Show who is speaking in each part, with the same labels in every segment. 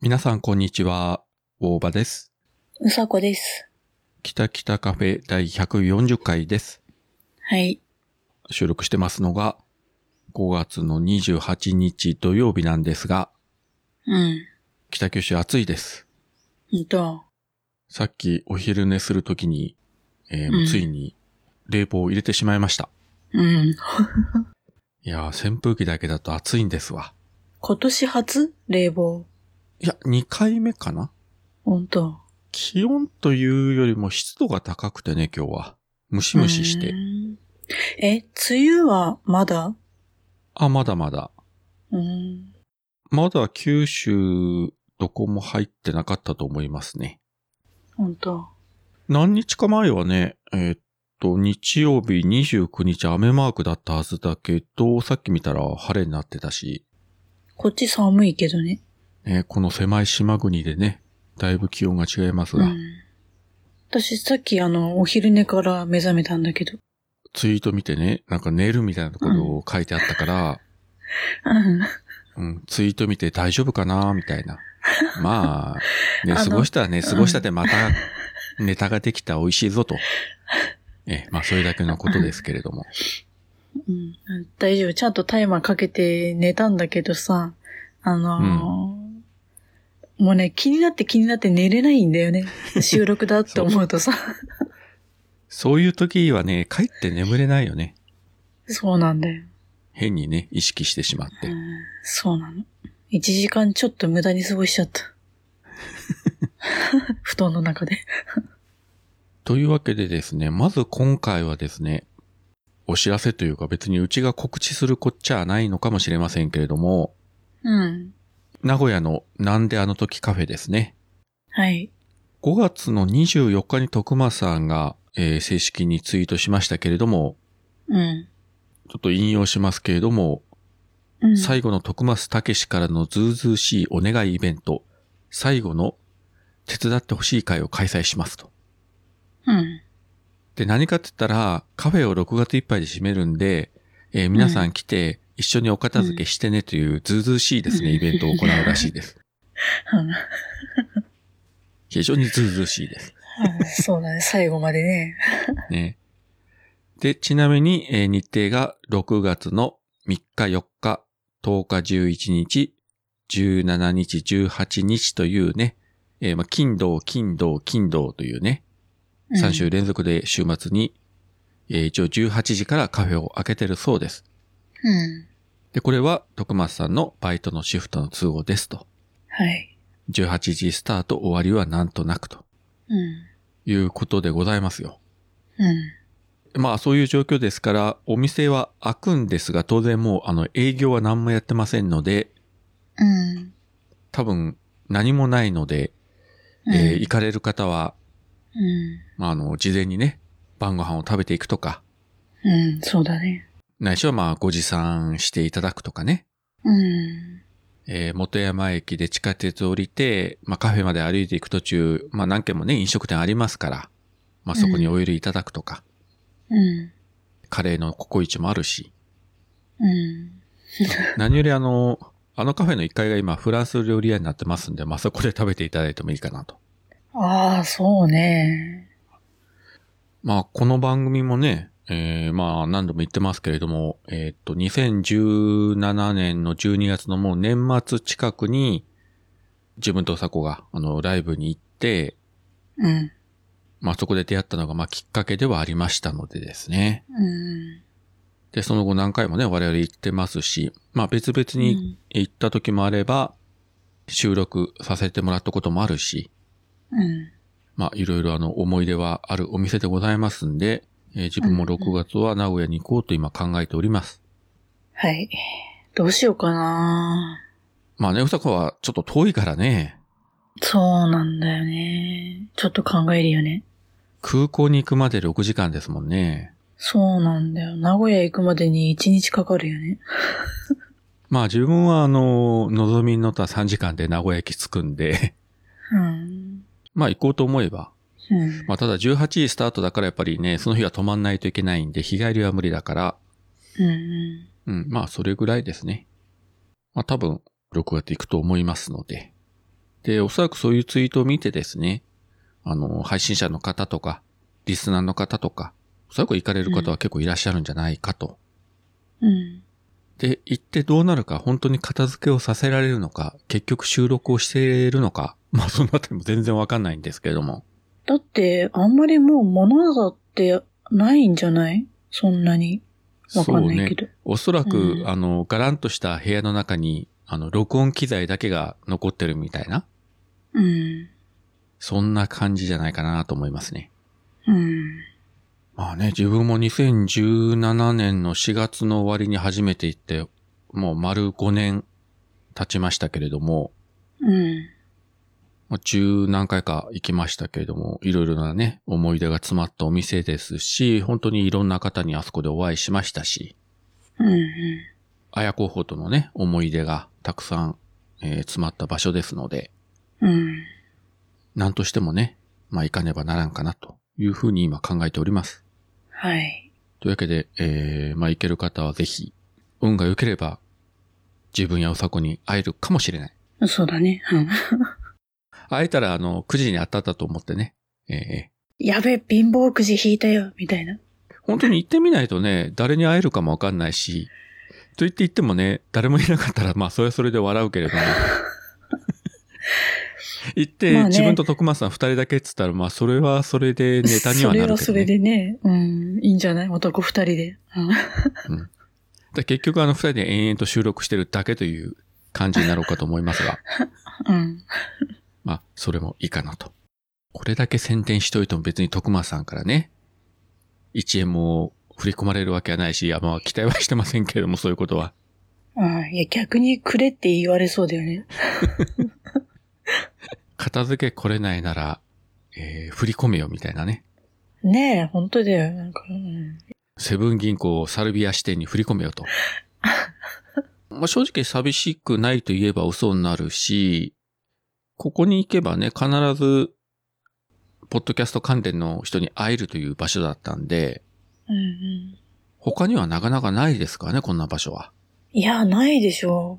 Speaker 1: 皆さん、こんにちは。大場です。
Speaker 2: うさこです。
Speaker 1: 北北カフェ第140回です。
Speaker 2: はい。
Speaker 1: 収録してますのが、5月の28日土曜日なんですが、
Speaker 2: うん。
Speaker 1: 北九州暑いです。
Speaker 2: ほんと。
Speaker 1: さっきお昼寝するときに、えーもううんついに冷房を入れてしまいました。
Speaker 2: うん。
Speaker 1: いやー、扇風機だけだと暑いんですわ。
Speaker 2: 今年初冷房。
Speaker 1: いや、2回目かな
Speaker 2: ほんと。
Speaker 1: 気温というよりも湿度が高くてね、今日は。ムシムシして
Speaker 2: う。ん。え、梅雨はまだ
Speaker 1: あ、まだまだ。
Speaker 2: うん。
Speaker 1: まだ九州どこも入ってなかったと思いますね。
Speaker 2: ほんと。
Speaker 1: 何日か前はね、えーっと、日曜日29日雨マークだったはずだけど、さっき見たら晴れになってたし、
Speaker 2: こっち寒いけどね。
Speaker 1: ねこの狭い島国でね、だいぶ気温が違います
Speaker 2: う
Speaker 1: が、
Speaker 2: ん。私さっきあの、お昼寝から目覚めたんだけど。
Speaker 1: ツイート見てね、なんか寝るみたいなことを書いてあったから、
Speaker 2: うん。
Speaker 1: うん、ツイート見て大丈夫かなみたい な。まあ、ね、
Speaker 2: あの
Speaker 1: 過ごしたらね、過ごしたでまたネタができたら美味しいぞと。ええ、まあそれだけのことですけれども。
Speaker 2: うん。大丈夫。ちゃんとタイマーかけて寝たんだけどさ、あのーもうね、気になって気になって寝れないんだよ ね。収録だって思うとさ。
Speaker 1: そういう時はね、帰って眠れないよね。
Speaker 2: そうなんだよ。
Speaker 1: 変にね、意識してしまっ
Speaker 2: う
Speaker 1: て。
Speaker 2: んそうなの。1時間ちょっと無駄に過ごしちゃった。 布団の中で。
Speaker 1: というわけでですね、まず今回はですね、お知らせというか別にうちが告知するこっちゃないのかもしれませんけれども、
Speaker 2: うん。
Speaker 1: 名古屋のなんであの時カフェですね。
Speaker 2: はい。
Speaker 1: 5月の24日に徳間さんが、えー正式にツイートしましたけれども、
Speaker 2: うん。
Speaker 1: ちょっと引用しますけれども、
Speaker 2: うん、
Speaker 1: 最後の徳松たけしからのズうずうしいお願いイベント、最後の手伝ってほしい会を開催しますと。
Speaker 2: うん。
Speaker 1: で、何かって言ったら、カフェを6月いっぱいで閉めるんで、えー皆さん来て一緒にお片付けしてねというズうずうしいですね、
Speaker 2: うん
Speaker 1: イベントを行うらしい です。
Speaker 2: うん
Speaker 1: 非常にズうずうしいです。
Speaker 2: そうだね。最後までね。
Speaker 1: ね。で、ちなみに、えー日程が6月の3日、4日、10日、11日、17日、18日というね、えーまあ、金土、金土、金土というね、
Speaker 2: うん
Speaker 1: 3週連続で週末に、えー一応18時からカフェを開けてるそうです。
Speaker 2: うん。
Speaker 1: で、これは徳松さんのバイトのシフトの都合ですと。
Speaker 2: はい。
Speaker 1: 18時スタート終わりはなんとなくと
Speaker 2: うん。
Speaker 1: いうことでございますよ。
Speaker 2: うん。
Speaker 1: まあそういう状況ですから、お店は開くんですが、当然もうあの営業は何もやってませんので、
Speaker 2: うん。
Speaker 1: 多分何もないので、
Speaker 2: うん
Speaker 1: えー行かれる方は、
Speaker 2: うん。
Speaker 1: まああの、事前にね、晩ご飯を食べていくとか、
Speaker 2: うん。そうだね。
Speaker 1: ないしはまあご持参していただくとかね、
Speaker 2: うん。
Speaker 1: えー元山駅で地下鉄を降りて、まあカフェまで歩いていく途中、まあ何軒もね、飲食店ありますから、まあそこにお寄りいただくとか、
Speaker 2: うん。
Speaker 1: カレーのココイチもあるし、
Speaker 2: うん。
Speaker 1: 何よりあの、あのカフェの1階が今フランス料理屋になってますんで、まあ、そこで食べていただいてもいいかなと。
Speaker 2: ああ、そうね。
Speaker 1: まあ、この番組もね、えーまあ、何度も言ってますけれども、えーっと、2017年の12月のもう年末近くに、自分とさこが、あの、ライブに行って、
Speaker 2: うん。
Speaker 1: まあ、そこで出会ったのが、まあ、きっかけではありましたのでですね。
Speaker 2: うん。
Speaker 1: で、その後何回もね、我々行ってますし、まあ、別々
Speaker 2: う
Speaker 1: に
Speaker 2: ん
Speaker 1: 行った時もあれば、収録させてもらったこともあるし、
Speaker 2: うん。
Speaker 1: まあ、いろいろあの、思い出はあるお店でございますんで、えー自分も
Speaker 2: うんうん
Speaker 1: 6月は名古屋に行こうと今考えております。
Speaker 2: はい。どうしようかな。
Speaker 1: まあね、うさこはちょっと遠いからね、
Speaker 2: そうなんだよね。ちょっと考えるよね。
Speaker 1: 空港に行くまで6時間ですもんね。
Speaker 2: そうなんだよ。名古屋行くまでに1日かかるよね。
Speaker 1: まあ自分はあの、望みに乗った3時間で名古屋駅着くんで、
Speaker 2: うん。
Speaker 1: まあ行こうと思えば。
Speaker 2: うん。
Speaker 1: まあただ18時スタートだからやっぱりね、その日は泊まんないといけないんで、日帰りは無理だから、
Speaker 2: うん。
Speaker 1: うん、まあそれぐらいですね。まあ多分6月行くと思いますので。で、おそらくそういうツイートを見てですね、あの、配信者の方とか、リスナーの方とか、おそらく行かれる方は結構いらっしゃるんじゃないかと。
Speaker 2: うん。
Speaker 1: で、行ってどうなるか、本当に片付けをさせられるのか、結局収録をしているのか、 まあそのあたりも全然わかんないんですけれども。
Speaker 2: だって、あんまりもう物だってないんじゃないそんなに。わかんないけど。
Speaker 1: おそらく、
Speaker 2: うん
Speaker 1: あの、ガランとした部屋の中に、あの、録音機材だけが残ってるみたいな、
Speaker 2: うん。
Speaker 1: そんな感じじゃないかなと思いますね。
Speaker 2: うん。
Speaker 1: まあね、自分も2017年の4月の終わりに初めて行って、もう丸5年経ちましたけれども、
Speaker 2: うん。
Speaker 1: まあ十何回か行きましたけれども、いろいろなね、思い出が詰まったお店ですし、本当にいろんな方にあそこでお会いしましたし、
Speaker 2: うん。
Speaker 1: 綾候補とのね、思い出がたくさん、えー詰まった場所ですので、
Speaker 2: うん。うん。
Speaker 1: 何としてもね、まあ行かねばならんかなというふうに今考えております。
Speaker 2: はい。
Speaker 1: というわけで、えー、まあ行ける方はぜひ、運が良ければ、自分やうさこに会えるかもしれない。
Speaker 2: そうだね。 うん。
Speaker 1: 会えたら、あの、9時に当たったと思ってね、え
Speaker 2: やべ、貧乏くじ引いたよ、みたいな。
Speaker 1: ー、本当に行ってみないとね、誰に会えるかもわかんないし、と言って言ってもね、誰もいなかったら、まあ、それはそれで笑うけれど も。行って、
Speaker 2: まあね
Speaker 1: 自分と徳松さん二人だけっつったら、まあ、それはそれでネタにはなるけど、ね。
Speaker 2: それはそれでね、うん、いいんじゃない男二人で。うん
Speaker 1: で結局あの二人で延々と収録してるだけという感じになろうかと思いますが、
Speaker 2: うん。
Speaker 1: まあ、それもいいかなと。これだけ宣伝しといても別に徳間さんからね、1円も振り込まれるわけはないし、あまあ期待はしてませんけれども、そういうことは。
Speaker 2: うん。いや、逆にくれって言われそうだよね。
Speaker 1: 片付け来れないなら、えー、振り込めよみたいなね。
Speaker 2: ねえ、本当だよ。なんか、うん。
Speaker 1: セブン銀行サルビア支店に振り込めよと。まあ正直寂しくないと言えば嘘になるし、ここに行けばね、必ず、ポッドキャスト関連の人に会えるという場所だったんで、
Speaker 2: うんうん。
Speaker 1: 他にはなかなかないですからね、こんな場所は。
Speaker 2: いや、ないでしょ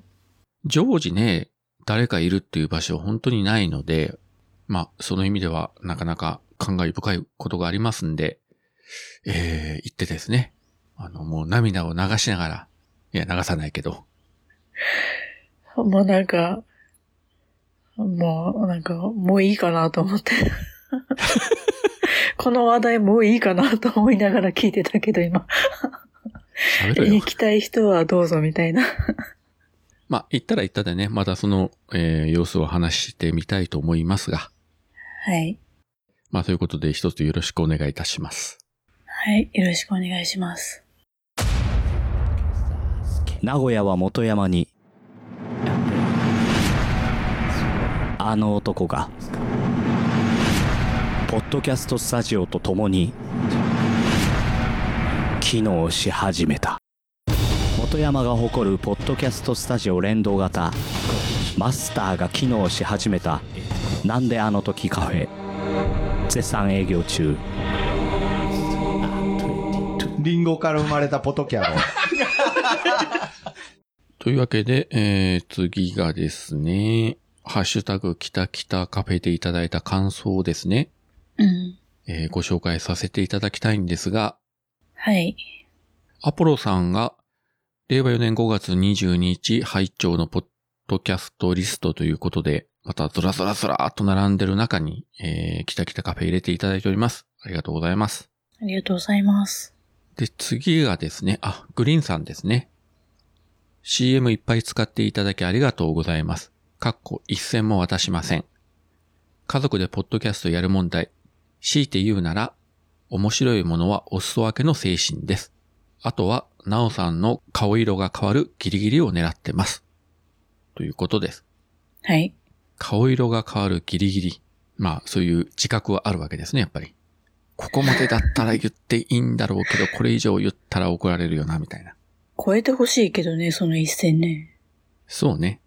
Speaker 1: 常時ね、誰かいるっていう場所は本当にないので、まあ、その意味ではなかなか感慨深いことがありますんで、えー、行ってですね、あの、もう涙を流しながら、いや、流さないけど、
Speaker 2: う。もうなんか、もう、なんか、もういいかなと思 って。この話題もういいかなと思いながら聞いてたけど、今。
Speaker 1: 喋ろよ
Speaker 2: 行。きたい人はどうぞみたいな。
Speaker 1: まあ、行ったら行ったでね、またその、えー、様子を話してみたいと思いますが、
Speaker 2: はい。
Speaker 1: まあ、ということで一つよろしくお願いいたします。
Speaker 2: はい。よろしくお願いします。
Speaker 3: 名古屋は元山にあの男がポッドキャストスタジオとともに機能し始めた元山が誇るポッドキャストスタジオ連動型マスターが機能し始めた「なんであの時カフェ」絶賛営業中
Speaker 4: リンゴから生まれたポトキャロ。
Speaker 1: というわけで、えー、次がですね、ハッシュタグ、きたきたカフェでいただいた感想をですね、
Speaker 2: うん。
Speaker 1: えーご紹介させていただきたいんですが、
Speaker 2: はい。
Speaker 1: アポロさんが、令和4年5月22日、拝聴のポッドキャストリストということで、またずらずらずらーっと並んでる中に、えー、きたきたカフェ入れていただいております。ありがとうございます。
Speaker 2: ありがとうございます。
Speaker 1: で、次がですね、あ、グリーンさんですね。CM いっぱい使っていただきありがとうございます。かっこ一銭も渡しません。家族でポッドキャストやる問題。強いて言うなら、面白いものはお裾分けの精神です。あとは、なおさんの顔色が変わるギリギリを狙ってます。ということです。
Speaker 2: はい。
Speaker 1: 顔色が変わるギリギリ。まあ、そういう自覚はあるわけですね、やっぱり。ここまでだったら言っていいんだろうけど、これ以上言ったら怒られるよな、みたいな。
Speaker 2: 超えてほしいけどね、その一戦ね。
Speaker 1: そうね。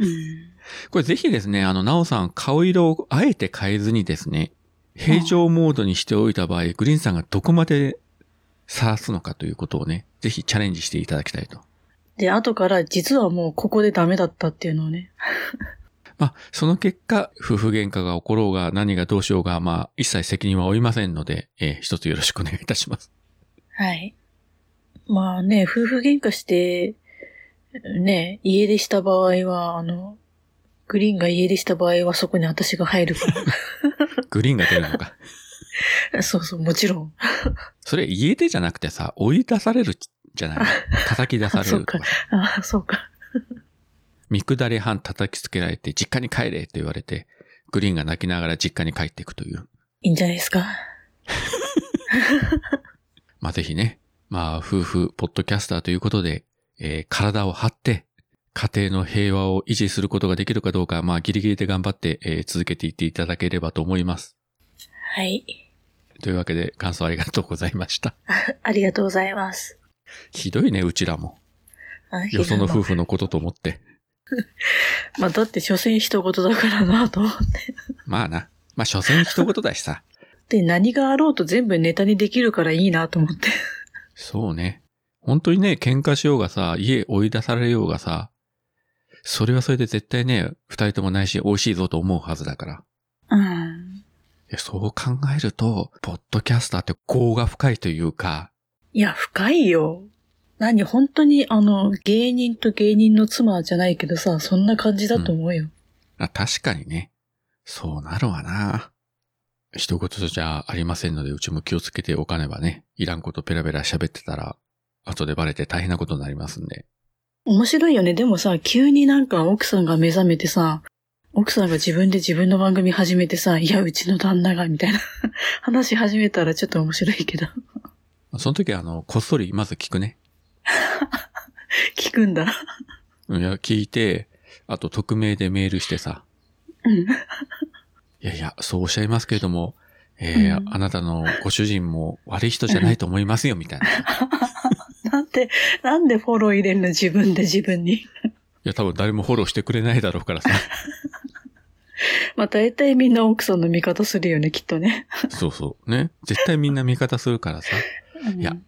Speaker 2: うん。
Speaker 1: これぜひですね、あの、なおさん、顔色をあえて変えずにですね、平常モードにしておいた場合、グリーンさんがどこまで晒すのかということをね、ぜひチャレンジしていただきたいと。
Speaker 2: で、後から実はもうここでダメだったっていうのをね。
Speaker 1: まあ、その結果、夫婦喧嘩が起ころうが何がどうしようが、まあ、一切責任は負いませんので、えー一つよろしくお願いいたします。
Speaker 2: はい。まあね、夫婦喧嘩して、ね、家出した場合は、あの、グリーンが家出した場合はそこに私が入るか
Speaker 1: グリーンが出るのか。
Speaker 2: ら。そうそう、もちろん。
Speaker 1: それ、家出じゃなくてさ、追い出されるじゃない叩き出されるとかさ、
Speaker 2: ああ、そうか。
Speaker 1: 見下り半叩きつけられて、実家に帰れと言われて、グリーンが泣きながら実家に帰っていくという。
Speaker 2: いいんじゃないですか。
Speaker 1: まあ、ぜひね、まあ、夫婦、ポッドキャスターということで、えー体を張って、家庭の平和を維持することができるかどうか、まあ、ギリギリで頑張って、えー続けていっていただければと思います。
Speaker 2: はい。
Speaker 1: というわけで、感想ありがとうございました。
Speaker 2: ありがとうございます。
Speaker 1: ひどいね、うちらも。
Speaker 2: あ
Speaker 1: よその夫婦のことと思って。
Speaker 2: まあ、だって、所詮人事だからなと思って。
Speaker 1: まあな。まあ、所詮一言だしさ。
Speaker 2: で、何があろうと全部ネタにできるからいいなと思って。
Speaker 1: そうね。本当にね、喧嘩しようがさ、家追い出されようがさ、それはそれで絶対ね、二人ともないし、美味しいぞと思うはずだから。
Speaker 2: うん。
Speaker 1: いやそう考えると、ポッドキャスターって業が深いというか、
Speaker 2: いや、深いよ。何本当に、あの、芸人と芸人の妻じゃないけどさ、そんな感じだと思うよ。
Speaker 1: あ確かにね、そうなるわな。一言じゃありませんので、うちも気をつけておかねばね、いらんことペラペラ喋ってたら、後でバレて大変なことになりますんで。
Speaker 2: 面白いよね。でもさ、急になんか奥さんが目覚めてさ、奥さんが自分で自分の番組始めてさ、いや、うちの旦那が、みたいな 話し始めたらちょっと面白いけど。
Speaker 1: その時は、あの、こっそりまず聞くね。
Speaker 2: 聞くんだ。
Speaker 1: いや、聞いて、あと匿名でメールしてさ、
Speaker 2: うん。
Speaker 1: いやいや、そうおっしゃいますけれども、えー
Speaker 2: うん
Speaker 1: あなたのご主人も悪い人じゃないと思いますよ、みたいな。 い
Speaker 2: なんで、なんでフォロー入れるの自分で自分に。
Speaker 1: や、多分誰もフォローしてくれないだろうから さ。
Speaker 2: まあ、大体みんな奥さんの味方するよね、きっとね。
Speaker 1: そうそう。ね。絶対みんな味方するからさ。いや
Speaker 2: うん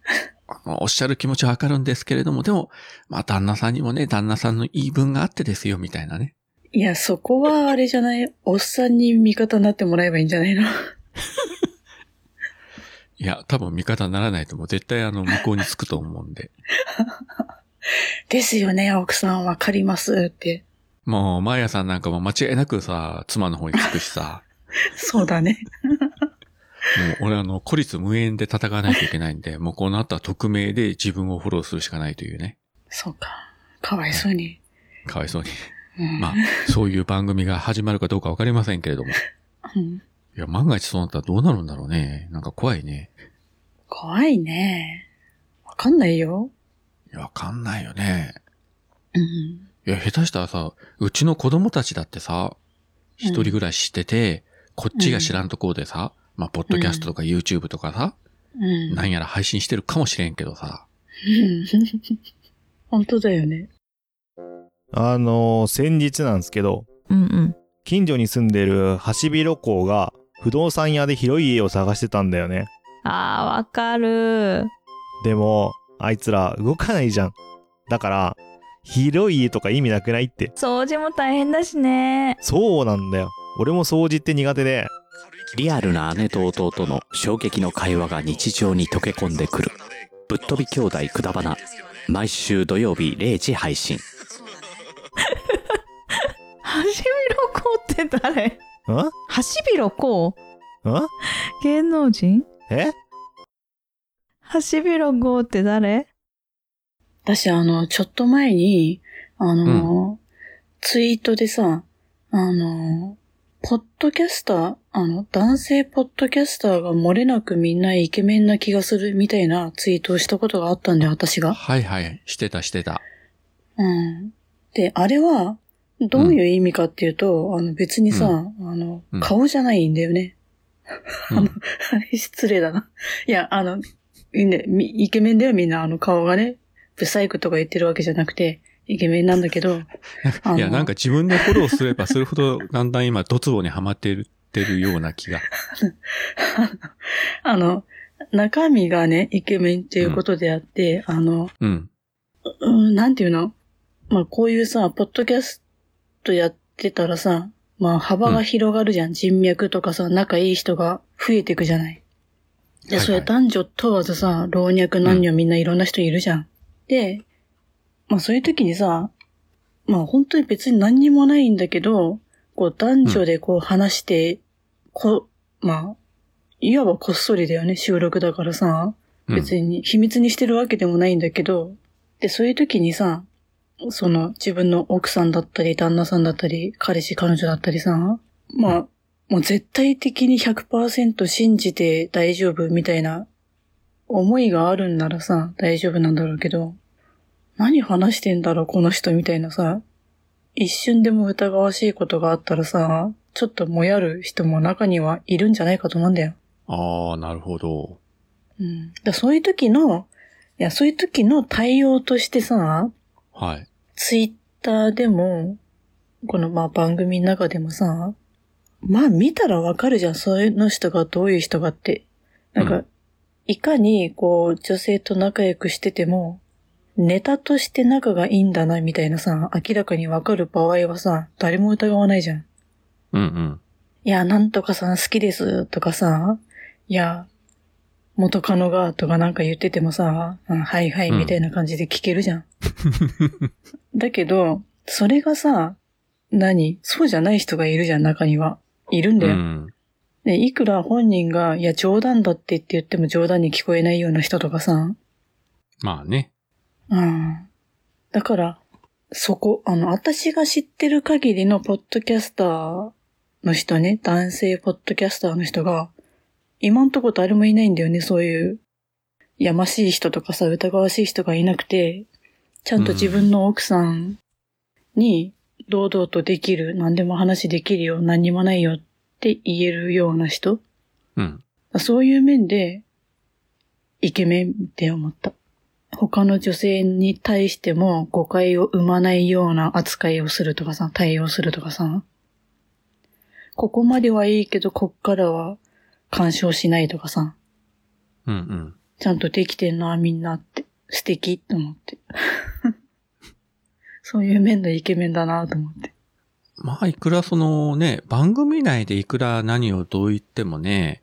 Speaker 1: あのおっしゃる気持ちはわかるんですけれども、でも、まあ、旦那さんにもね、旦那さんの言い分があってですよ、みたいなね。
Speaker 2: いや、そこはあれじゃないおっさんに味方になってもらえばいいんじゃないの
Speaker 1: いや、多分味方にならないともう絶対あの、向こうにつくと思うんで。
Speaker 2: ですよね、奥さんわかりますって。
Speaker 1: もう、マーヤさんなんかも間違いなくさ、妻の方につくしさ、
Speaker 2: そうだね。
Speaker 1: もう俺あの、孤立無縁で戦わないといけないんで、もうこの後は匿名で自分をフォローするしかないというね。
Speaker 2: そうか。かわいそうに。
Speaker 1: かわいそうに。
Speaker 2: うん
Speaker 1: まあ、そういう番組が始まるかどうかわかりませんけれども。い
Speaker 2: うん
Speaker 1: や、万が一そうなったらどうなるんだろうね。なんか怖いね。
Speaker 2: 怖いね。わかんないよ。
Speaker 1: いや、わかんないよね。
Speaker 2: うん。
Speaker 1: いや、下手したらさ、うちの子供たちだってさ、
Speaker 2: うん
Speaker 1: 一人暮らししてて、こっちが知らんとこでさ、まあ、ポッドキャストとか YouTube とかさ、
Speaker 2: うん。
Speaker 1: なんやら配信してるかもしれんけどさ、
Speaker 2: うん 本当だよね。
Speaker 5: あのー先日なんですけど
Speaker 6: うんうん。
Speaker 5: 近所に住んでるハシビロコウが不動産屋で広い家を探してたんだよね
Speaker 6: あー、わかる。
Speaker 5: でもあいつら動かないじゃんだから広い家とか意味なくないって
Speaker 6: 掃除も大変だしね。
Speaker 5: そうなんだよ俺も掃除って苦手で
Speaker 3: リアルな姉と弟の衝撃の会話が日常に溶け込んでくるぶっ飛び兄弟くだばな毎週土曜日0時配信
Speaker 6: ハシビロコウって誰
Speaker 5: んん
Speaker 6: ハシビロコウ芸能人
Speaker 5: え
Speaker 6: ハシビロコウって誰
Speaker 2: 私、あの、ちょっと前に、あの、ツイートでさ、あの、ポッドキャスター、あの、男性ポッドキャスターが漏れなくみんなイケメンな気がするみたいなツイートをしたことがあったんで、私が。
Speaker 1: はいはい、してたしてた。
Speaker 2: うん。で、あれは、どういう意味かっていうと、あの、別にさ、あの
Speaker 1: うん、
Speaker 2: 顔じゃないんだよね。
Speaker 1: うん
Speaker 2: 失礼だな。いや、あの、いいね、みイケメンだよ、みんな。あの、顔がね、ブサイクとか言ってるわけじゃなくて、イケメンなんだけど。あの
Speaker 1: いや、なんか自分でフォローすればするほど、だんだん今、ドツボにはまってる。ような気が。
Speaker 2: あの、中身がね、イケメンっていうことであって、あの、
Speaker 1: うん。
Speaker 2: うん、なんていうのまあ、こういうさ、ポッドキャストやっってたらさ、まあ幅が広がるじゃん。人脈とかさ、仲いい人が増えていくじゃない。
Speaker 1: はい
Speaker 2: で、
Speaker 1: はい
Speaker 2: それ男女問わずさ、老若男女みんないろんな人いるじゃん。で、まあそういう時にさ、まあ本当に別に何にもないんだけど、こう男女でこう話して、こ、まあ、いわばこっそりだよね、収録だからさ。
Speaker 1: うん
Speaker 2: 別に秘密にしてるわけでもないんだけど、で、そういう時にさ、その自分の奥さんだったり、旦那さんだったり、彼氏、彼女だったりさ、まあ、もう絶対的に100%信じて大丈夫みたいな思いがあるんならさ、大丈夫なんだろうけど、何話してんだろう、この人みたいなさ、一瞬でも疑わしいことがあったらさ、ちょっともやる人も中にはいるんじゃないかと思うんだよ。
Speaker 1: ああ、なるほど。
Speaker 2: うん。だそういう時の、いや、そういう時の対応としてさ、
Speaker 1: はい。
Speaker 2: ツイッターでも、このまあ番組の中でもさ、まあ見たらわかるじゃん、そういうの人がどういう人がって。なんか、
Speaker 1: う
Speaker 2: いかにこう女性と仲良くしてても、ネタとして仲がいいんだなみたいなさ、明らかにわかる場合はさ、誰も疑わないじゃん。
Speaker 1: うんうん。
Speaker 2: いや、なんとかさん好きですとかさ、いや、元カノがとかなんか言っててもさ、うんはいはい
Speaker 1: うん
Speaker 2: みたいな感じで聞けるじゃん。 だけど、それがさ、何そうじゃない人がいるじゃん、中には。いるんだ
Speaker 1: う
Speaker 2: よ。
Speaker 1: ん。
Speaker 2: でいくら本人が、いや、冗談だってって言っても冗談に聞こえないような人とかさ、
Speaker 1: まあね。
Speaker 2: うん。だから、そこ、あの、私が知ってる限りのポッドキャスターの人ね、男性ポッドキャスターの人が、今んとこ誰もいないんだよね、そういう、やましい人とかさ、疑わしい人がいなくて、ちゃんと自分の奥さんに、堂々とできる、何でも話できるよ、何にもないよって言えるような人
Speaker 1: うん。
Speaker 2: そういう面で、イケメンって思った。他の女性に対しても誤解を生まないような扱いをするとかさ、対応するとかさ。ここまではいいけど、こっからは干渉しないとかさ。
Speaker 1: うんうん。
Speaker 2: ちゃんとできてんな、みんなって。素敵って思って。 そういう面でイケメンだなと思って。
Speaker 1: まあ、いくらそのね、番組内でいくら何をどう言ってもね、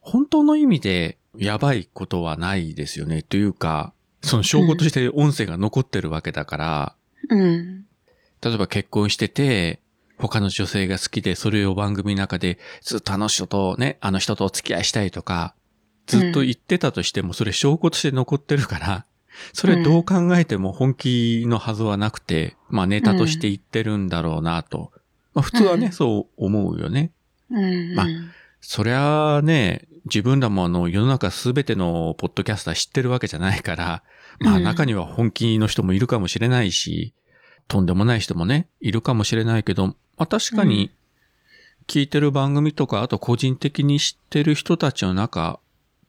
Speaker 1: 本当の意味でやばいことはないですよね。というか、その証拠として音声が残ってるわけだから、
Speaker 2: うん。
Speaker 1: 例えば結婚してて、他の女性が好きで、それを番組の中で、ずっとあの人とね、あの人とお付き合いしたいとか、ずっと言ってたとしても、それ証拠として残ってるから、それどう考えても本気のはずはなくて、まあネタとして言ってるんだろうなと。まあ普通はね、
Speaker 2: うん
Speaker 1: そう思うよね。
Speaker 2: うん。
Speaker 1: まあそりゃあね、自分らもあの世の中すべてのポッドキャスター知ってるわけじゃないから、まあ
Speaker 2: うん
Speaker 1: 中には本気の人もいるかもしれないし、とんでもない人もね、いるかもしれないけど、まあ確かに聞いてる番組とか、あと個人的に知ってる人たちの中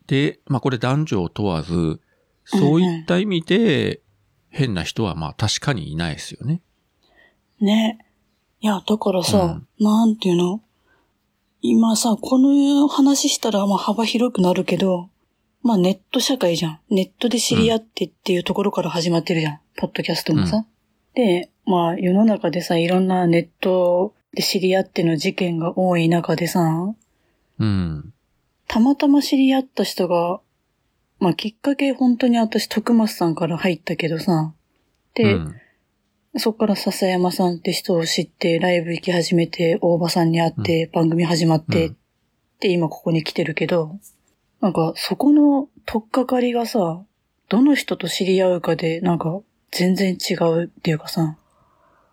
Speaker 1: で、まあこれ男女を問わず、そういった意味で変な人はまあ確かにいないですよね。
Speaker 2: ね。いや、だからさ、なんていうの今さ、この話したらまあ幅広くなるけど、まあネット社会じゃん。ネットで知り合ってっていうところから始まってるじゃん。ポッドキャストもさ。
Speaker 1: う
Speaker 2: で、まあ世の中でさ、いろんなネットで知り合っての事件が多い中でさ、
Speaker 1: うん。
Speaker 2: たまたま知り合った人が、まあきっかけ本当に私徳松さんから入ったけどさ、で、
Speaker 1: うん
Speaker 2: そこから笹山さんって人を知って、ライブ行き始めて、大場さんに会って、番組始まって、
Speaker 1: うん
Speaker 2: で、今ここに来てるけど、なんか、そこの取っかかりがさ、どの人と知り合うかで、なんか、全然違うっていうかさ、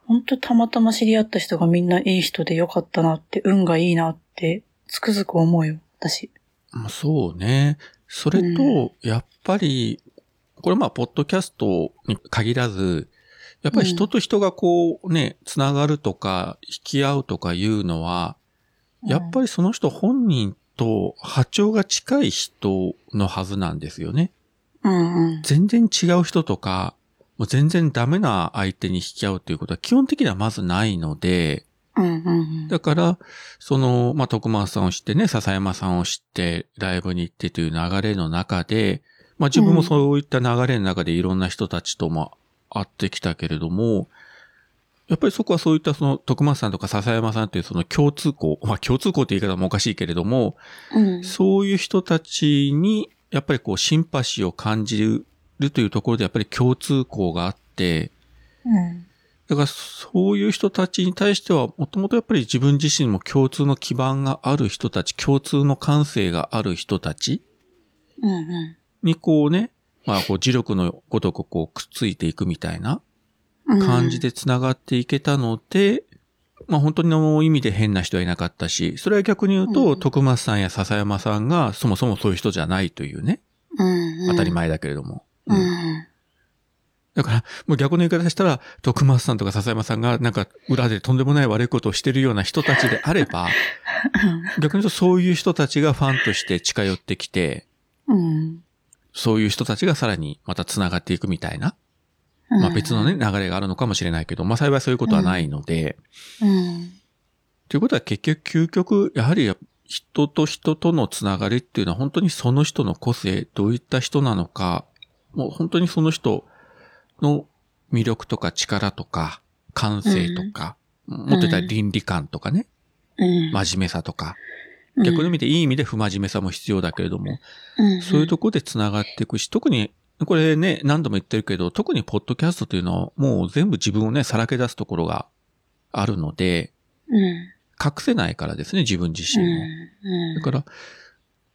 Speaker 2: ほんとたまたま知り合った人がみんないい人でよかったなって、運がいいなって、つくづく思うよ、私。
Speaker 1: まあ、そうね。それと、
Speaker 2: う
Speaker 1: やっぱり、これまあ、ポッドキャストに限らず、やっぱり人と人がこうね、つながるとか、引き合うとかいうのは、やっぱりその人本人と波長が近い人のはずなんですよね。
Speaker 2: うんうん。
Speaker 1: 全然違う人とか、もう全然ダメな相手に引き合うということは基本的にはまずないので、
Speaker 2: うんうん
Speaker 1: だから、その、まあ、徳松さんを知ってね、笹山さんを知って、ライブに行ってという流れの中で、まあ、自分もそういった流れの中でいろんな人たちとも会ってきたけれども、やっぱりそこはそういったその徳松さんとか笹山さんっていうその共通項、まあ共通項って言い方もおかしいけれども、
Speaker 2: うん。
Speaker 1: そういう人たちにやっぱりこうシンパシーを感じるというところでやっぱり共通項があって、
Speaker 2: うん。
Speaker 1: だからそういう人たちに対してはもともとやっぱり自分自身も共通の基盤がある人たち、共通の感性がある人たち
Speaker 2: うん。うん
Speaker 1: にこうね、まあこう磁力のごとくこうくっついていくみたいな
Speaker 2: うん。
Speaker 1: 感じで繋がっていけたので、まあ本当にの意味で変な人はいなかったし、それは逆に言うと、
Speaker 2: うん
Speaker 1: 徳松さんや笹山さんがそもそもそういう人じゃないというね、
Speaker 2: うん、うん。
Speaker 1: 当たり前だけれども。う
Speaker 2: う
Speaker 1: ん
Speaker 2: ん。
Speaker 1: だから、もう逆の言い方したら、徳松さんとか笹山さんがなんか裏でとんでもない悪いことをしてるような人たちであれ ば、逆に言うとそういう人たちがファンとして近寄ってきて、
Speaker 2: うん。
Speaker 1: そういう人たちがさらにまた繋がっていくみたいな、
Speaker 2: うん
Speaker 1: まあ別のね、。流れがあるのかもしれないけど、まあ幸いそういうことはないので、
Speaker 2: うん。
Speaker 1: ということは結局究極、やはり人と人とのつながりっていうのは本当にその人の個性、どういった人なのか、もう本当にその人の魅力とか力とか感性とか、持ってた倫理観とかね、
Speaker 2: うん。
Speaker 1: 真面目さとか、逆の意味でいい意味で不真面目さも必要だけれども、
Speaker 2: うん、
Speaker 1: そういうとこでつながっていくし、特にこれね、何度も言ってるけど、特にポッドキャストというのはもう全部自分をね、さらけ出すところがあるので、
Speaker 2: うん。
Speaker 1: 隠せないからですね、自分自
Speaker 2: う
Speaker 1: 身を。
Speaker 2: ん。
Speaker 1: だから、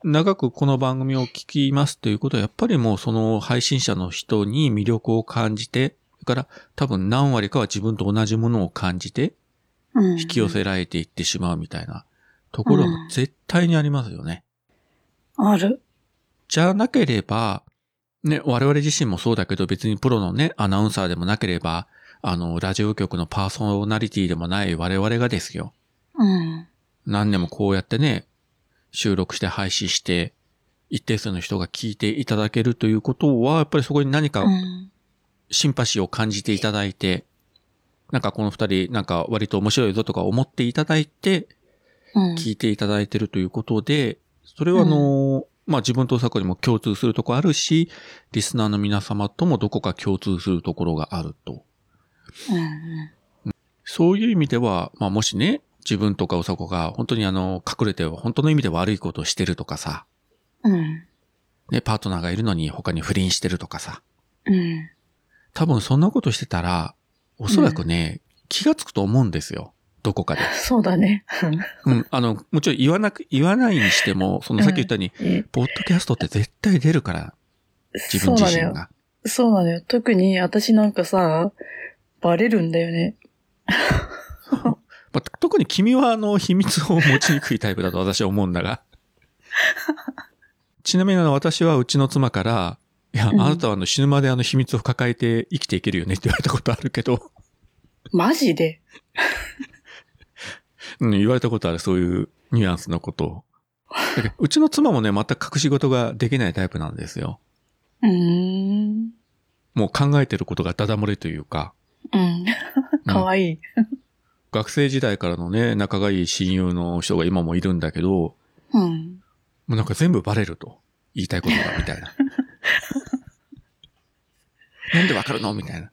Speaker 1: 長くこの番組を聞きますということは、やっぱりもうその配信者の人に魅力を感じて、だから多分何割かは自分と同じものを感じて、
Speaker 2: ら、引
Speaker 1: 引き寄せられていってしまうみたいなところは絶対にありますよね。
Speaker 2: ある。
Speaker 1: じゃなければ、ね、我々自身もそうだけど、別にプロのね、アナウンサーでもなければ、あの、ラジオ局のパーソナリティでもない我々がですよ。
Speaker 2: うん。
Speaker 1: 何年もこうやってね、収録して配信して、一定数の人が聞いていただけるということは、やっぱりそこに何か
Speaker 2: うん。
Speaker 1: シンパシーを感じていただいて、なんかこの二人、なんか割と面白いぞとか思っていただいて、
Speaker 2: うん。
Speaker 1: 聞いていただいてるということで、それはあの、まあ、自分とさこにも共通するとこあるし、リスナーの皆様ともどこか共通するところがあると。
Speaker 2: うん。
Speaker 1: そういう意味では、まあ、もしね、自分とかおさこが本当にあの、隠れて本当の意味で悪いことをしてるとかさ、
Speaker 2: うん。
Speaker 1: ね、パートナーがいるのに他に不倫してるとかさ。
Speaker 2: うん。
Speaker 1: 多分そんなことしてたら、おそらくね、気がつくと思うんですよ。どこかで。
Speaker 2: そうだね。
Speaker 1: うん。あの、もちろん言わなく、言わないにしても、そのさっき言ったように、ポッドキャストって絶対出るから、自
Speaker 2: そ
Speaker 1: 分
Speaker 2: う
Speaker 1: 自
Speaker 2: なの
Speaker 1: 身
Speaker 2: よ。
Speaker 1: が。
Speaker 2: そうなのよ。特に私なんかさ、バレるんだよね。
Speaker 1: まあ特に君はあの、秘密を持ちにくいタイプだと私は思うんだ が。ちなみにあの、私はうちの妻から、いや、あ
Speaker 2: うん
Speaker 1: なたはあの死ぬまであの秘密を抱えて生きていけるよねって言われたことあるけど、
Speaker 2: マジで。
Speaker 1: うん、言われたことある、そういうニュアンスのことを。だけどうちの妻もね、全く隠し事ができないタイプなんですよ。
Speaker 2: うーん。
Speaker 1: もう考えてることがダダ漏れというか、
Speaker 2: うん。かわいい。
Speaker 1: 学生時代からのね、仲がいい親友の人が今もいるんだけど、も
Speaker 2: うん。
Speaker 1: うなんか全部バレると。言いたいことが、みたいな。なんでわかるのみたいな。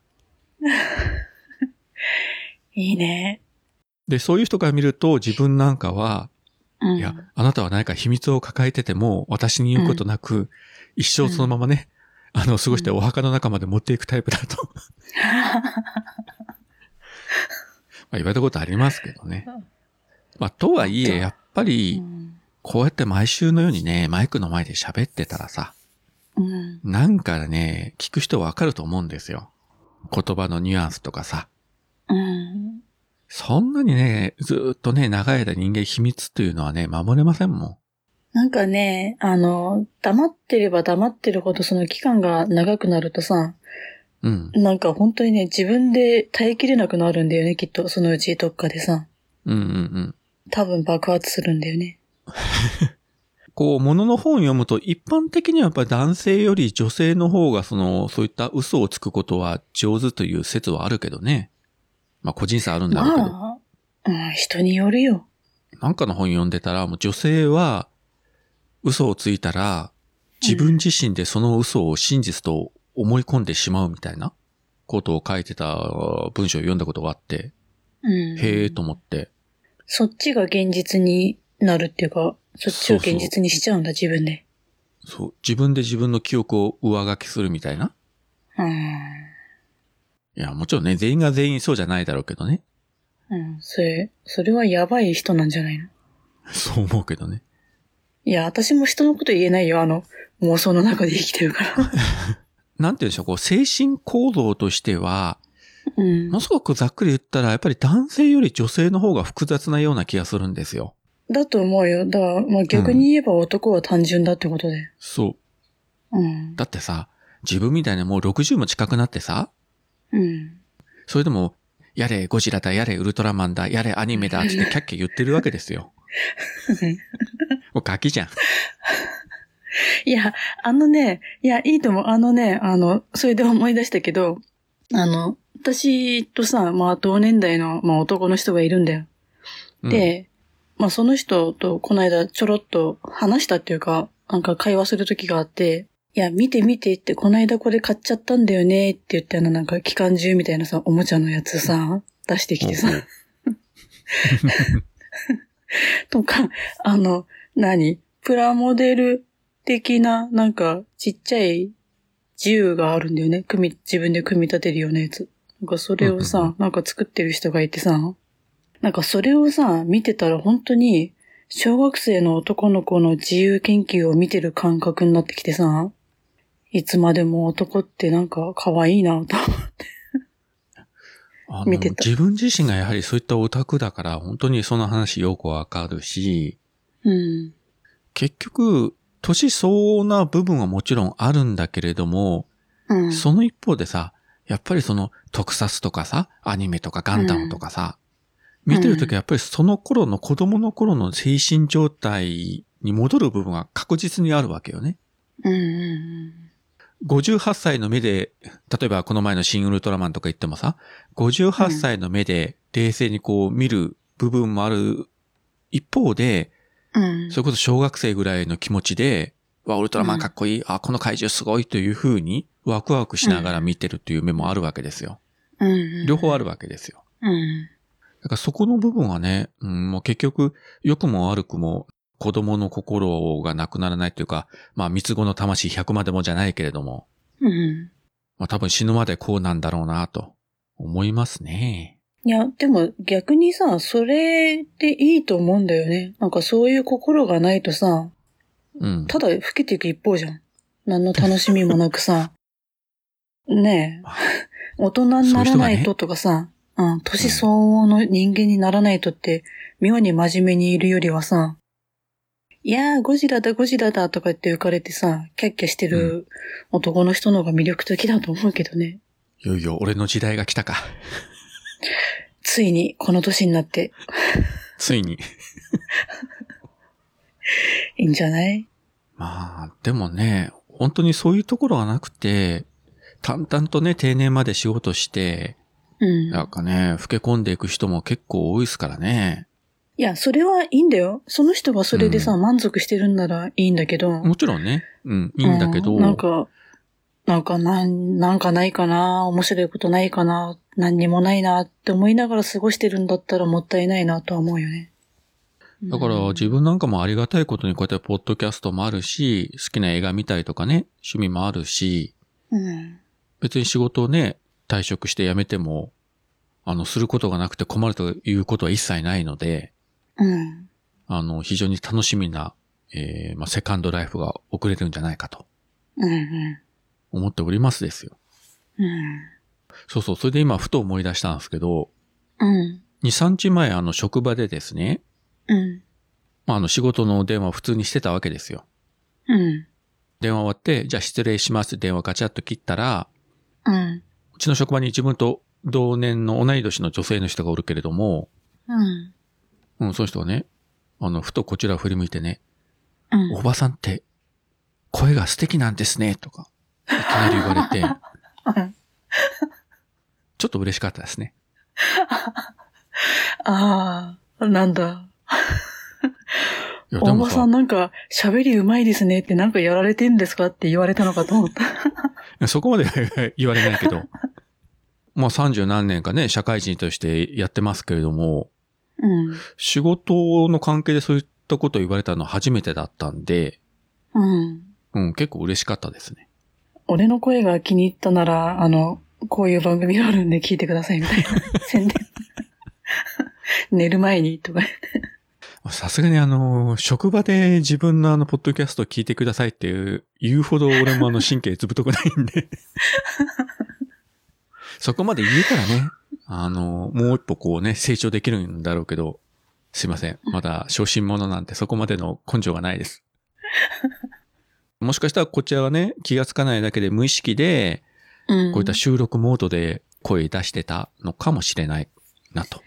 Speaker 2: いいね。
Speaker 1: で、そういう人から見ると、自分なんかは、
Speaker 2: うん。
Speaker 1: いや、あなたは何か秘密を抱えてても、私に言うことなく、一生そのままね、あの、過ごしてお墓の中まで持っていくタイプだ と。まあ言われたことありますけどね。まあ、とはいえ、やっぱ
Speaker 2: う
Speaker 1: り、
Speaker 2: ん。
Speaker 1: こうやって毎週のようにね、マイクの前で喋ってたらさ、
Speaker 2: うん。
Speaker 1: なんかね、聞く人わかると思うんですよ。言葉のニュアンスとかさ。
Speaker 2: うん。
Speaker 1: そんなにね、ずーっとね、長い間人間秘密というのはね、守れませんもん。
Speaker 2: なんかね、あの、黙ってれば黙ってるほどその期間が長くなるとさ、
Speaker 1: うん。
Speaker 2: なんか本当にね、自分で耐えきれなくなるんだよね、きっと。そのうちどっかでさ。
Speaker 1: うんうんうん。
Speaker 2: 多分爆発するんだよね。
Speaker 1: こう、ものの本を読むと、一般的にはやっぱり男性より女性の方が、その、そういった嘘をつくことは上手という説はあるけどね。まあ、個人差あるんだろうけど。
Speaker 2: まあ、うん、人によるよ。
Speaker 1: なんかの本読んでたら、もう女性は、嘘をついたら、自分自身でその嘘を真実と思い込んでしまうみたいな。ことを書いてた文章を読んだことがあって、
Speaker 2: うん。
Speaker 1: へえと思って。
Speaker 2: そっちが現実になるっていうか、そっちを現実にしちゃうんだ、自分で。
Speaker 1: そう。自分で自分の記憶を上書きするみたいな。
Speaker 2: うん。
Speaker 1: いや、もちろんね、全員が全員そうじゃないだろうけどね。
Speaker 2: うん、それ、それはやばい人なんじゃないの
Speaker 1: そう思うけどね。
Speaker 2: いや、私も人のこと言えないよ、あの、妄想の中で生きてるから。
Speaker 1: なんて言うんでしょう、こう、精神行動としては、
Speaker 2: うん
Speaker 1: もの。すごくざっくり言ったら、やっぱり男性より女性の方が複雑なような気がするんですよ。
Speaker 2: だと思うよ。だから、まあ、逆に言えば男は単純だってことで。
Speaker 1: そう。
Speaker 2: うん。
Speaker 1: だってさ、自分みたいなもう60も近くなってさ、
Speaker 2: うん。
Speaker 1: それでも、やれゴジラだ、やれウルトラマンだ、やれアニメだ、つってキャッキャ言ってるわけですよ。もうガキじゃん。
Speaker 2: いや、あのね、いや、いいと思う。あのね、あの、それで思い出したけど、あの、私とさ、まあ、同年代の、まあ、男の人がいるんだよ。
Speaker 1: うん、
Speaker 2: で、まあ、その人とこの間ちょろっと話したっていうか、なんか会話する時があって、いや、見て見てって、この間これ買っちゃったんだよねって言って、あの、なんか、機関銃みたいなさ、おもちゃのやつさ、出してきてさ。とか、あの、何プラモデル的な、なんか、ちっちゃい銃があるんだよね。組み、自分で組み立てるようなやつ。なんかそれを
Speaker 1: うんうん
Speaker 2: さ、なんか作ってる人がいてさ、なんかそれをさ、見てたら本当に、小学生の男の子の自由研究を見てる感覚になってきてさ、いつまでも男ってなんか可愛いなと。
Speaker 1: あの
Speaker 2: 見てた
Speaker 1: 自分自身がやはりそういったオタクだから、本当にその話よくわかるし、
Speaker 2: うん。
Speaker 1: 結局、年相応な部分はもちろんあるんだけれども、
Speaker 2: うん。
Speaker 1: その一方でさ、やっぱりその特撮とかさ、アニメとかガンダムとかさ、
Speaker 2: ん
Speaker 1: 見てるときはやっぱりその頃の子供の頃の精神状態に戻る部分は確実にあるわけよね。
Speaker 2: うんうん
Speaker 1: 58歳の目で、例えばこの前の新ウルトラマンとか言ってもさ、58歳の目で冷静にこう見る部分もある一方で、
Speaker 2: うん。うん。
Speaker 1: それこそ小学生ぐらいの気持ちで、わ、ウルトラマンかっこいい、あ、この怪獣すごいという風にワクワクしながら見てるという目もあるわけですよ。
Speaker 2: うんうん。
Speaker 1: 両方あるわけですよ。
Speaker 2: うん。
Speaker 1: だからそこの部分はね、うん、もう結局、良くも悪くも子供の心がなくならないというか、まあ三つ子の魂100までもじゃないけれども、
Speaker 2: うん。
Speaker 1: まあ多分死ぬまでこうなんだろうなと思いますね。
Speaker 2: いや、でも逆にさ、それでいいと思うんだよね。なんかそういう心がないとさ、
Speaker 1: うん。
Speaker 2: ただ老けていく一方じゃん。何の楽しみもなく さ。ねえ。大人にならないととかさ、うん、年相応の人間にならないとって、妙に真面目にいるよりはさ、いやー、ゴジラだ、ゴジラだとか言って浮かれてさ、キャッキャしてる男の人の方が魅力的だと思うけどね。
Speaker 1: いよいよ俺の時代が来たか。
Speaker 2: ついに、この年になって、
Speaker 1: ついに。
Speaker 2: いいんじゃない
Speaker 1: まあ、でもね、本当にそういうところがなくて、淡々とね、定年まで仕事して、
Speaker 2: うん。
Speaker 1: なんかね、老け込んでいく人も結構多いですからね。
Speaker 2: いや、それはいいんだよ。その人がそれでさ、
Speaker 1: う
Speaker 2: 満足してるんならいいんだけど。
Speaker 1: もちろんね、うん、いいんだけど、
Speaker 2: うなんか、なんかなん、なんかないかな、面白いことないかな、何にもないなって思いながら過ごしてるんだったらもったいないなとは思うよね。
Speaker 1: だから自分なんかもありがたいことにこうやってポッドキャストもあるし、好きな映画見たりとかね、趣味もあるし、
Speaker 2: うん。
Speaker 1: 別に仕事をね、退職して辞めても、あの、することがなくて困るということは一切ないので、
Speaker 2: うん。
Speaker 1: あの、非常に楽しみな、えー、まあ、セカンドライフが遅れてるんじゃないかと
Speaker 2: うん。う
Speaker 1: 思っておりますですよ。
Speaker 2: ん。うん。
Speaker 1: そうそう、それで今ふと思い出したんですけど、
Speaker 2: うん。
Speaker 1: 2、3日前あの、職場でですね、
Speaker 2: うん。
Speaker 1: まあ、あの、仕事の電話を普通にしてたわけですよ。
Speaker 2: うん。
Speaker 1: 電話終わって、じゃあ失礼しますって電話ガチャッと切ったら、
Speaker 2: うん。
Speaker 1: うちの職場に自分と同年の同い年の女性の人がおるけれども、
Speaker 2: うん。
Speaker 1: うん、その人はね、あの、ふとこちらを振り向いてね、
Speaker 2: うん
Speaker 1: おばさんって、声が素敵なんですね、とか、いきなり言われ て、ちょっと嬉しかったですね。
Speaker 2: ああ、なんだ。
Speaker 1: いや、で
Speaker 2: お
Speaker 1: も
Speaker 2: ばさ
Speaker 1: さ
Speaker 2: ん、なんか喋りうまいですねってなんかやられてんですかって言われたのかと思った。
Speaker 1: そこまで言われないけど、 まあ30何年かね、社会人としてやってますけれども、
Speaker 2: うん。
Speaker 1: 仕事の関係でそういったことを言われたのは初めてだったんで、
Speaker 2: うん。
Speaker 1: うん、結構嬉しかったですね。
Speaker 2: 俺の声が気に入ったなら、あの、こういう番組があるんで聞いてくださいみたいな 宣伝。寝る前にとか。
Speaker 1: さすがにあの、職場で自分のあの、ポッドキャスト聞いてくださいっていう言うほど俺もあの、神経つぶとくないん で。そこまで言えたらね、あの、もう一歩こうね、成長できるんだろうけど、すいません。まだ昇進者なんてそこまでの根性がない です。もしかしたらこちらはね、気がつかないだけで無意識で、
Speaker 2: うん。
Speaker 1: こういった収録モードで声出してたのかもしれないなと。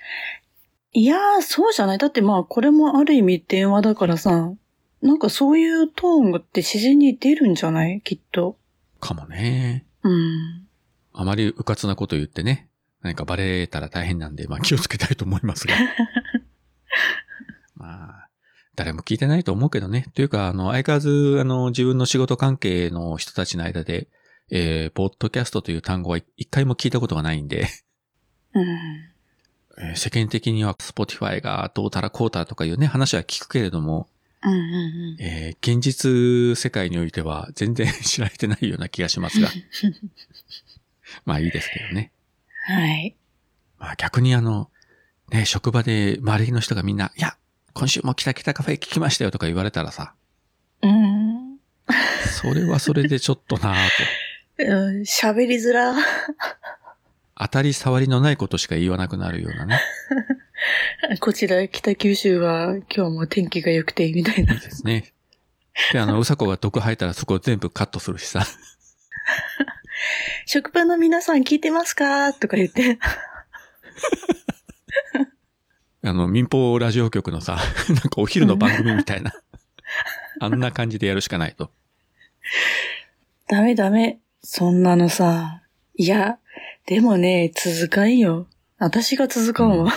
Speaker 2: いやー、そうじゃない。だってまあ、これもある意味電話だからさ、なんかそういうトーンって自然に出るんじゃないきっと。
Speaker 1: かもね。
Speaker 2: うん。
Speaker 1: あまりうかつなこと言ってね、何かバレたら大変なんで、まあ気をつけたいと思いますが。まあ、誰も聞いてないと思うけどね。というか、あの、相変わらず、あの、自分の仕事関係の人たちの間で、えー、ポッドキャストという単語は一回も聞いたことがないんで、
Speaker 2: うん。
Speaker 1: えー世間的には Spotify がどうたらこうたらとかいうね、話は聞くけれども、
Speaker 2: うんうん
Speaker 1: えー現実世界においては全然知られてないような気がしますが。まあいいですけどね。
Speaker 2: うん。はい。
Speaker 1: まあ逆にあの、ね、職場で周りの人がみんな、いや、今週もキタキタカフェ聞きましたよとか言われたらさ、
Speaker 2: うん。
Speaker 1: それはそれでちょっとなぁと。
Speaker 2: うん喋りづら。
Speaker 1: 当たり障りのないことしか言わなくなるようなね。
Speaker 2: こちら北九州は今日も天気が良くて、みたいな。
Speaker 1: ですね。で、あの、うさこが毒吐いたらそこ全部カットするしさ。
Speaker 2: 職場の皆さん聞いてますかとか言って。
Speaker 1: あの、民放ラジオ局のさ、 なんかお昼の番組みたいな。 あんな感じでやるしかないと。
Speaker 2: ダメダメ。そんなのさ。いや、でもね、続かんよ。私が続かんわ。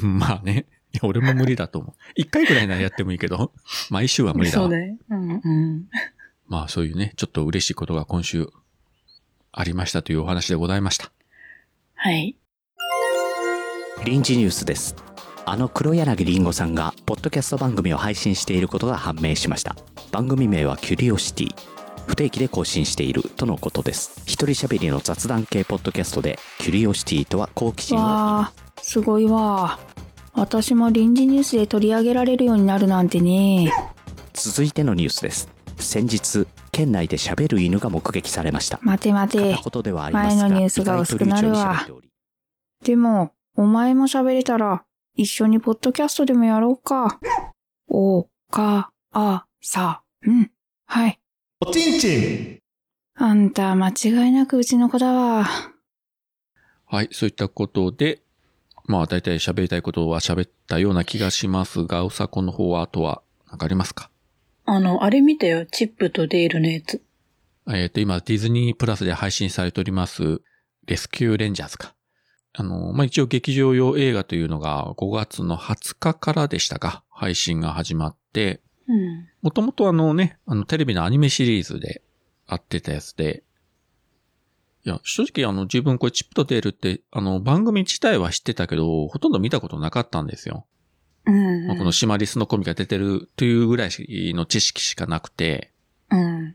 Speaker 1: まあね。いや、俺も無理だと思う。一回ぐらいならやってもいいけど、毎週は無理だ
Speaker 2: そ
Speaker 1: わ
Speaker 2: う。ね。うんうん。
Speaker 1: まあそういうね、ちょっと嬉しいことが今週ありましたというお話でございました。
Speaker 2: はい。
Speaker 3: 臨時ニュースですあの黒柳りんごさんがポッドキャスト番組を配信していることが判明しました番組名はキュリオシティ不定期で更新しているとのことです一人喋りの雑談系ポッドキャストでキュリオシティとは好奇心を
Speaker 6: わあすごいわ私も臨時ニュースで取り上げられるようになるなんてね
Speaker 3: 続いてのニュースです先日県内で喋る犬が目撃されました
Speaker 6: 待て待て
Speaker 3: 片言ではありますが
Speaker 6: 前のニュースが薄くなるわ
Speaker 3: 意外と流暢に喋っており
Speaker 6: でもお前も喋れたら一緒にポッドキャストでもやろうかおかあさうんはい
Speaker 5: おちんちん
Speaker 6: あんた間違いなくうちの子だわ
Speaker 1: はい、そういったことで、まあ大体喋りたいことは喋ったような気がしますが、うさこの方はあとは何かありますか
Speaker 2: あの、あれ見たよ。チップとデイルのやつ。
Speaker 1: えっ、と、今ディズニープラスで配信されております、レスキューレンジャーズか。あの、まあ一応劇場用映画というのが5月の20日からでしたか、配信が始まって、
Speaker 2: うん。
Speaker 1: もともとあのね、あのテレビのアニメシリーズであってたやつで、いや、正直あの自分これチップとデールってあの番組自体は知ってたけど、ほとんど見たことなかったんですよ。
Speaker 2: うん、
Speaker 1: まあこのシマリスのコミが出てるというぐらいの知識しかなくて、
Speaker 2: うん。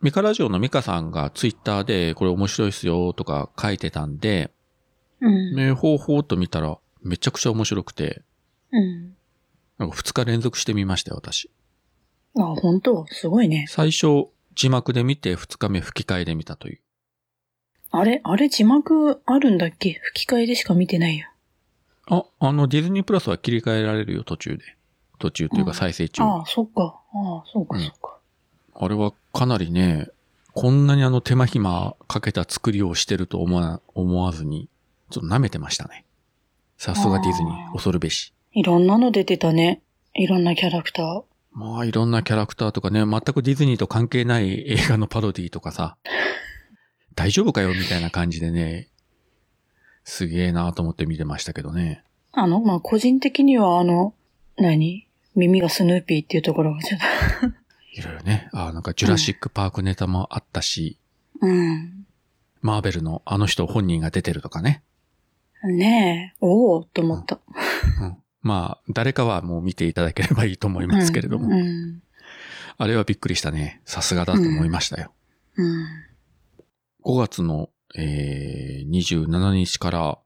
Speaker 1: ミカラジオのミカさんがツイッターでこれ面白いっすよとか書いてたんで、
Speaker 2: うん。
Speaker 1: ね、ほうほうと見たらめちゃくちゃ面白くて、
Speaker 2: うん。
Speaker 1: なんか2日連続してみましたよ、私。
Speaker 2: あ、本当すごいね。
Speaker 1: 最初字幕で見て2日目吹き替えで見たという。
Speaker 2: あれ、あれ字幕あるんだっけ吹き替えでしか見てないよ。
Speaker 1: あ、あの、ディズニープラスは切り替えられるよ、途中で。途中という
Speaker 2: う
Speaker 1: か
Speaker 2: ん
Speaker 1: 再生中。
Speaker 2: ああ、そっか。ああ、そう
Speaker 1: う
Speaker 2: か、
Speaker 1: ん
Speaker 2: そうか。
Speaker 1: あれはかなりね、こんなにあの手間暇かけた作りをしてると思わ、思わずに、ちょっと舐めてましたね。さすがディズニ
Speaker 2: あ
Speaker 1: ー、
Speaker 2: ー
Speaker 1: 恐るべし。
Speaker 2: いろんなの出てたね。いろんなキャラクター。
Speaker 1: まあ、いろんなキャラクターとかね、全くディズニーと関係ない映画のパロディとかさ、大丈夫かよ、みたいな感じでね、すげえなと思って見てましたけどね。
Speaker 2: あの、まあ、個人的にはあの、何耳がスヌーピーっていうところがちょっと。
Speaker 1: いろいろね、あーなんかジュラシックパークネタもあったし、
Speaker 2: うん。
Speaker 1: マーベルのあの人本人が出てるとかね。
Speaker 2: ねえ、おおと思った。
Speaker 1: まあ、誰かはもう見ていただければいいと思いますけれども。
Speaker 2: うん。うん
Speaker 1: あれはびっくりしたね。さすがだと思いましたよ。
Speaker 2: うん。
Speaker 1: 5月の、えー、27日から、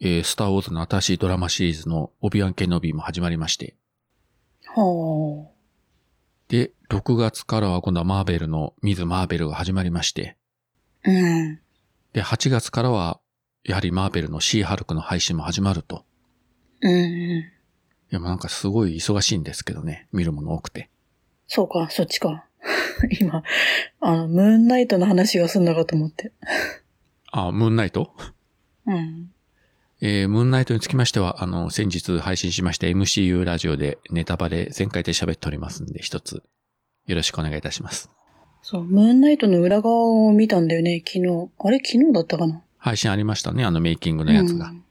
Speaker 1: えースターウォーズの新しいドラマシリーズのオビアン・ケノビーも始まりまして。
Speaker 2: ほ
Speaker 1: で、6月からは今度はマーベルのミズ・マーベルが始まりまして。
Speaker 2: う。うん。
Speaker 1: で、8月からは、やはりマーベルのシー・ハルクの配信も始まると。
Speaker 2: うんうん。
Speaker 1: いや、もうなんかすごい忙しいんですけどね。見るもの多くて。
Speaker 2: そうか、そっちか。 今、あの、ムーンナイトの話がすんのかと思って。
Speaker 1: あ、ムーンナイト
Speaker 2: うん。
Speaker 1: えームーンナイトにつきましては、あの、先日配信しました MCU ラジオでネタバレ全開で喋っておりますんで、一つ、よろしくお願いいたします。
Speaker 2: そう、ムーンナイトの裏側を見たんだよね、昨日。あれ昨日だったかな
Speaker 1: 配信ありましたね、あのメイキングのやつが。
Speaker 2: うん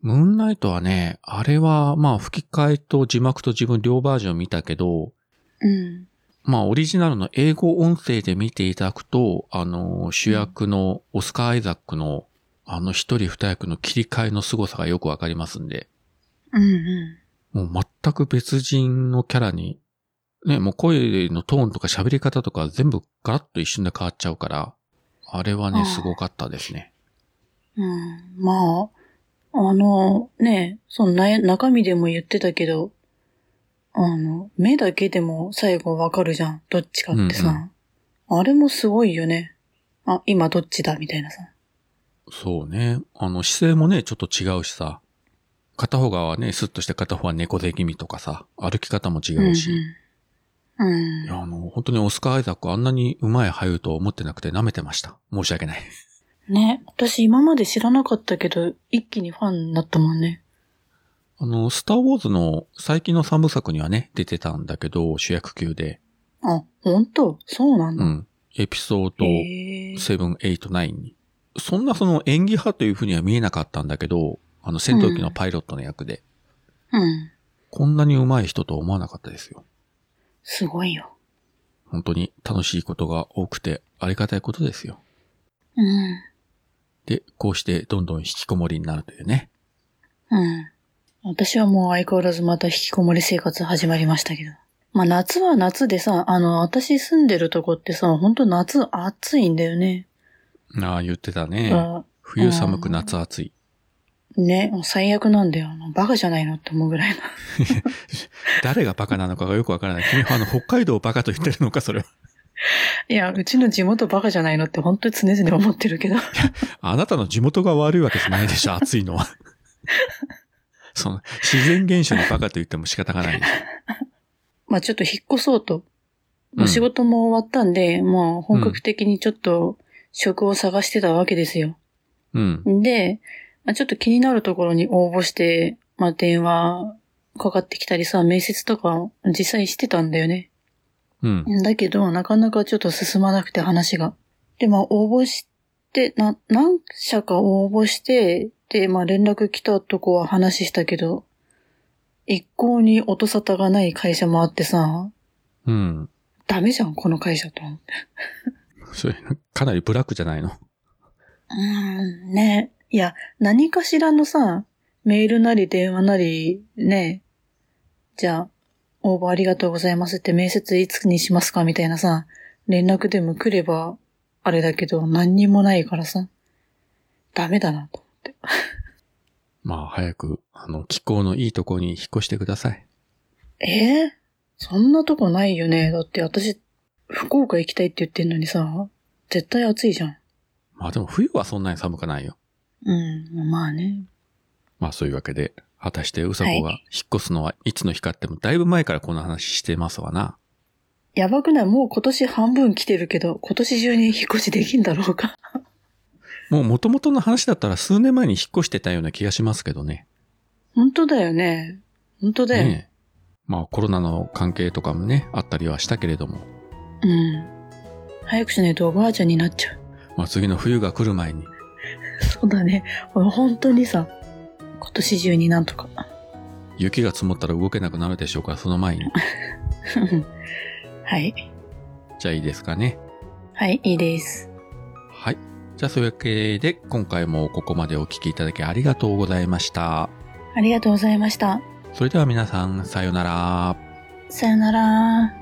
Speaker 1: ムーンナイトはね、あれは、まあ、吹き替えと字幕と自分両バージョン見たけど、
Speaker 2: うん。
Speaker 1: まあ、オリジナルの英語音声で見ていただくと、あの、主役のオスカー・アイザックの、あの一人二役の切り替えの凄さがよくわかりますんで、
Speaker 2: うんうん。
Speaker 1: もう全く別人のキャラに、ね、もう声のトーンとか喋り方とか全部ガラッと一瞬で変わっちゃうから、あれは
Speaker 2: あ
Speaker 1: ね、
Speaker 2: あ
Speaker 1: すごかったですね。
Speaker 2: うん、まあ、あの、ね、そのな中身でも言ってたけど、あの、目だけでも最後わかるじゃん。どっちかってさ。あれもすごいよね。あ、今どっちだみたいなさ。
Speaker 1: そうね。あの、姿勢もね、ちょっと違うしさ。片方がね、スッとして片方は猫背気味とかさ、歩き方も違うし。
Speaker 2: うんうん、
Speaker 1: い
Speaker 2: うん
Speaker 1: や、あの、本当にオスカー・アイザックあんなに上手い俳優とは思ってなくて舐めてました。申し訳ない。
Speaker 2: ね、私今まで知らなかったけど、一気にファンになったもんね。
Speaker 1: あの、スター・ウォーズの最近の三部作にはね、出てたんだけど、主役級で。
Speaker 2: あ、ほんとそうなん
Speaker 1: う
Speaker 2: だ。
Speaker 1: ん。エピソード
Speaker 2: へえ
Speaker 1: セブン、エイト、ナインに。そんなその演技派というふうには見えなかったんだけど、あの戦闘機のパイロットの役で、
Speaker 2: うん。
Speaker 1: こんなに上手い人とは思わなかったですよ。
Speaker 2: すごいよ。
Speaker 1: 本当に楽しいことが多くてありがたいことですよ。
Speaker 2: うん。
Speaker 1: で、こうしてどんどん引きこもりになるというね。
Speaker 2: うん。私はもう相変わらずまた引きこもり生活始まりましたけど。まあ夏は夏でさ、あの、私住んでるとこってさ、ほんと夏暑いんだよね。
Speaker 1: ああ、言ってたね。
Speaker 2: あ
Speaker 1: 冬寒く夏暑い。
Speaker 2: ね、もう最悪なんだよ。バカじゃないのって思うぐらいの。
Speaker 1: 誰がバカなのかがよくわからない。君はあの北海道をバカと言ってるのか、それは。
Speaker 2: いや、うちの地元バカじゃないのって本当に常々思ってるけど。
Speaker 1: あなたの地元が悪いわけじゃないでしょ、暑いのは。その、自然現象にバカと言っても仕方がないでしょ。
Speaker 2: まあちょっと引っ越そうと。
Speaker 1: う
Speaker 2: まあ
Speaker 1: ん
Speaker 2: 仕事も終わったんで、もう本格的にちょっと職を探してたわけですよ。
Speaker 1: うん。
Speaker 2: で、まあ、ちょっと気になるところに応募して、まあ、電話かかってきたりさ、面接とか実際してたんだよね。
Speaker 1: うん。
Speaker 2: だけど、なかなかちょっと進まなくて話が。で、まあ、応募して、な、何社か応募して、で、まあ、連絡来たとこは話したけど、一向に音沙汰がない会社もあってさ、
Speaker 1: うん。
Speaker 2: ダメじゃん、この会社と思って。
Speaker 1: それ、かなりブラックじゃないの。
Speaker 2: うーん、ね。いや、何かしらのさ、メールなり電話なり、ね。じゃあ、応募ありがとうございますって面接いつにしますかみたいなさ、連絡でも来れば、あれだけど、何にもないからさ、ダメだなと。
Speaker 1: まあ、早く、あの、気候のいいとこに引っ越してください。
Speaker 2: えーそんなとこないよね。だって私、福岡行きたいって言ってんのにさ、絶対暑いじゃん。
Speaker 1: まあ、でも冬はそんなに寒くないよ。
Speaker 2: うん、まあね。
Speaker 1: まあ、そういうわけで、果たしてうさこが引っ越すのはいつの日かっても、だいぶ前からこの話してますわな。
Speaker 2: やばくないもう今年半分来てるけど、今年中に引っ越しできんだろうか。
Speaker 1: もう元々の話だったら数年前に引っ越してたような気がしますけどね。
Speaker 2: 本当だよね。本当だよ。
Speaker 1: ねえまあ、コロナの関係とかもね、あったりはしたけれども、
Speaker 2: うん。早くしないとおばあちゃんになっちゃう。
Speaker 1: まあ、次の冬が来る前に、
Speaker 2: そうだね。俺本当にさ、今年中になんとか。
Speaker 1: 雪が積もったら動けなくなるでしょうから、その 前に。
Speaker 2: はい。
Speaker 1: じゃあいいですかね。
Speaker 2: はい、いいです。
Speaker 1: はい。じゃあ、そういうわけで、今回もここまでお聞きいただきありがとうございました。
Speaker 2: ありがとうございました。
Speaker 1: それでは皆さん、さようなら。
Speaker 2: さよなら。